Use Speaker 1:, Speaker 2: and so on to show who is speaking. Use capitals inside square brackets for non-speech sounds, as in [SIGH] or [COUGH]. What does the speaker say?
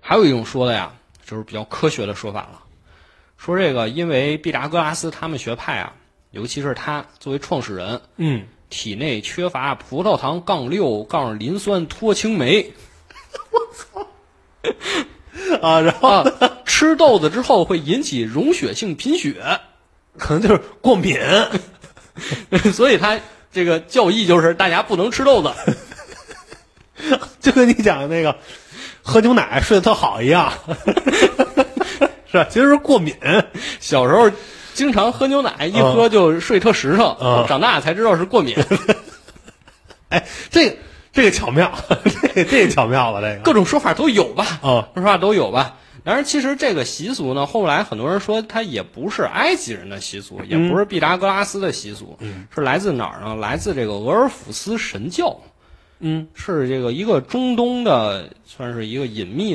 Speaker 1: 还有一种说的呀，就是比较科学的说法了，说这个因为毕达哥拉斯他们学派啊，尤其是他作为创始人，
Speaker 2: 嗯，
Speaker 1: 体内缺乏葡萄糖杠六杠磷酸脱氢酶
Speaker 2: 啊，然后
Speaker 1: 啊，吃豆子之后会引起溶血性贫血， [LAUGHS]
Speaker 2: 可能就是过敏， [LAUGHS]
Speaker 1: 所以他这个教义就是大家不能吃豆子。
Speaker 2: 就跟你讲的那个喝牛奶睡得特好一样， [LAUGHS] 是吧？其实是过敏，
Speaker 1: 小时候经常喝牛奶，一喝就睡特实诚，
Speaker 2: 嗯
Speaker 1: 长大才知道是过敏。
Speaker 2: 哎，这个这个巧妙， [LAUGHS] 这个这个巧妙了，这个
Speaker 1: 各种说法都有吧，
Speaker 2: 啊，
Speaker 1: 说法都有吧。然而，其实这个习俗呢，后来很多人说它也不是埃及人的习俗，也不是毕达哥拉斯的习俗，是来自哪儿呢？来自这个俄尔甫斯神教，
Speaker 2: 嗯，
Speaker 1: 是这个一个中东的，算是一个隐秘的。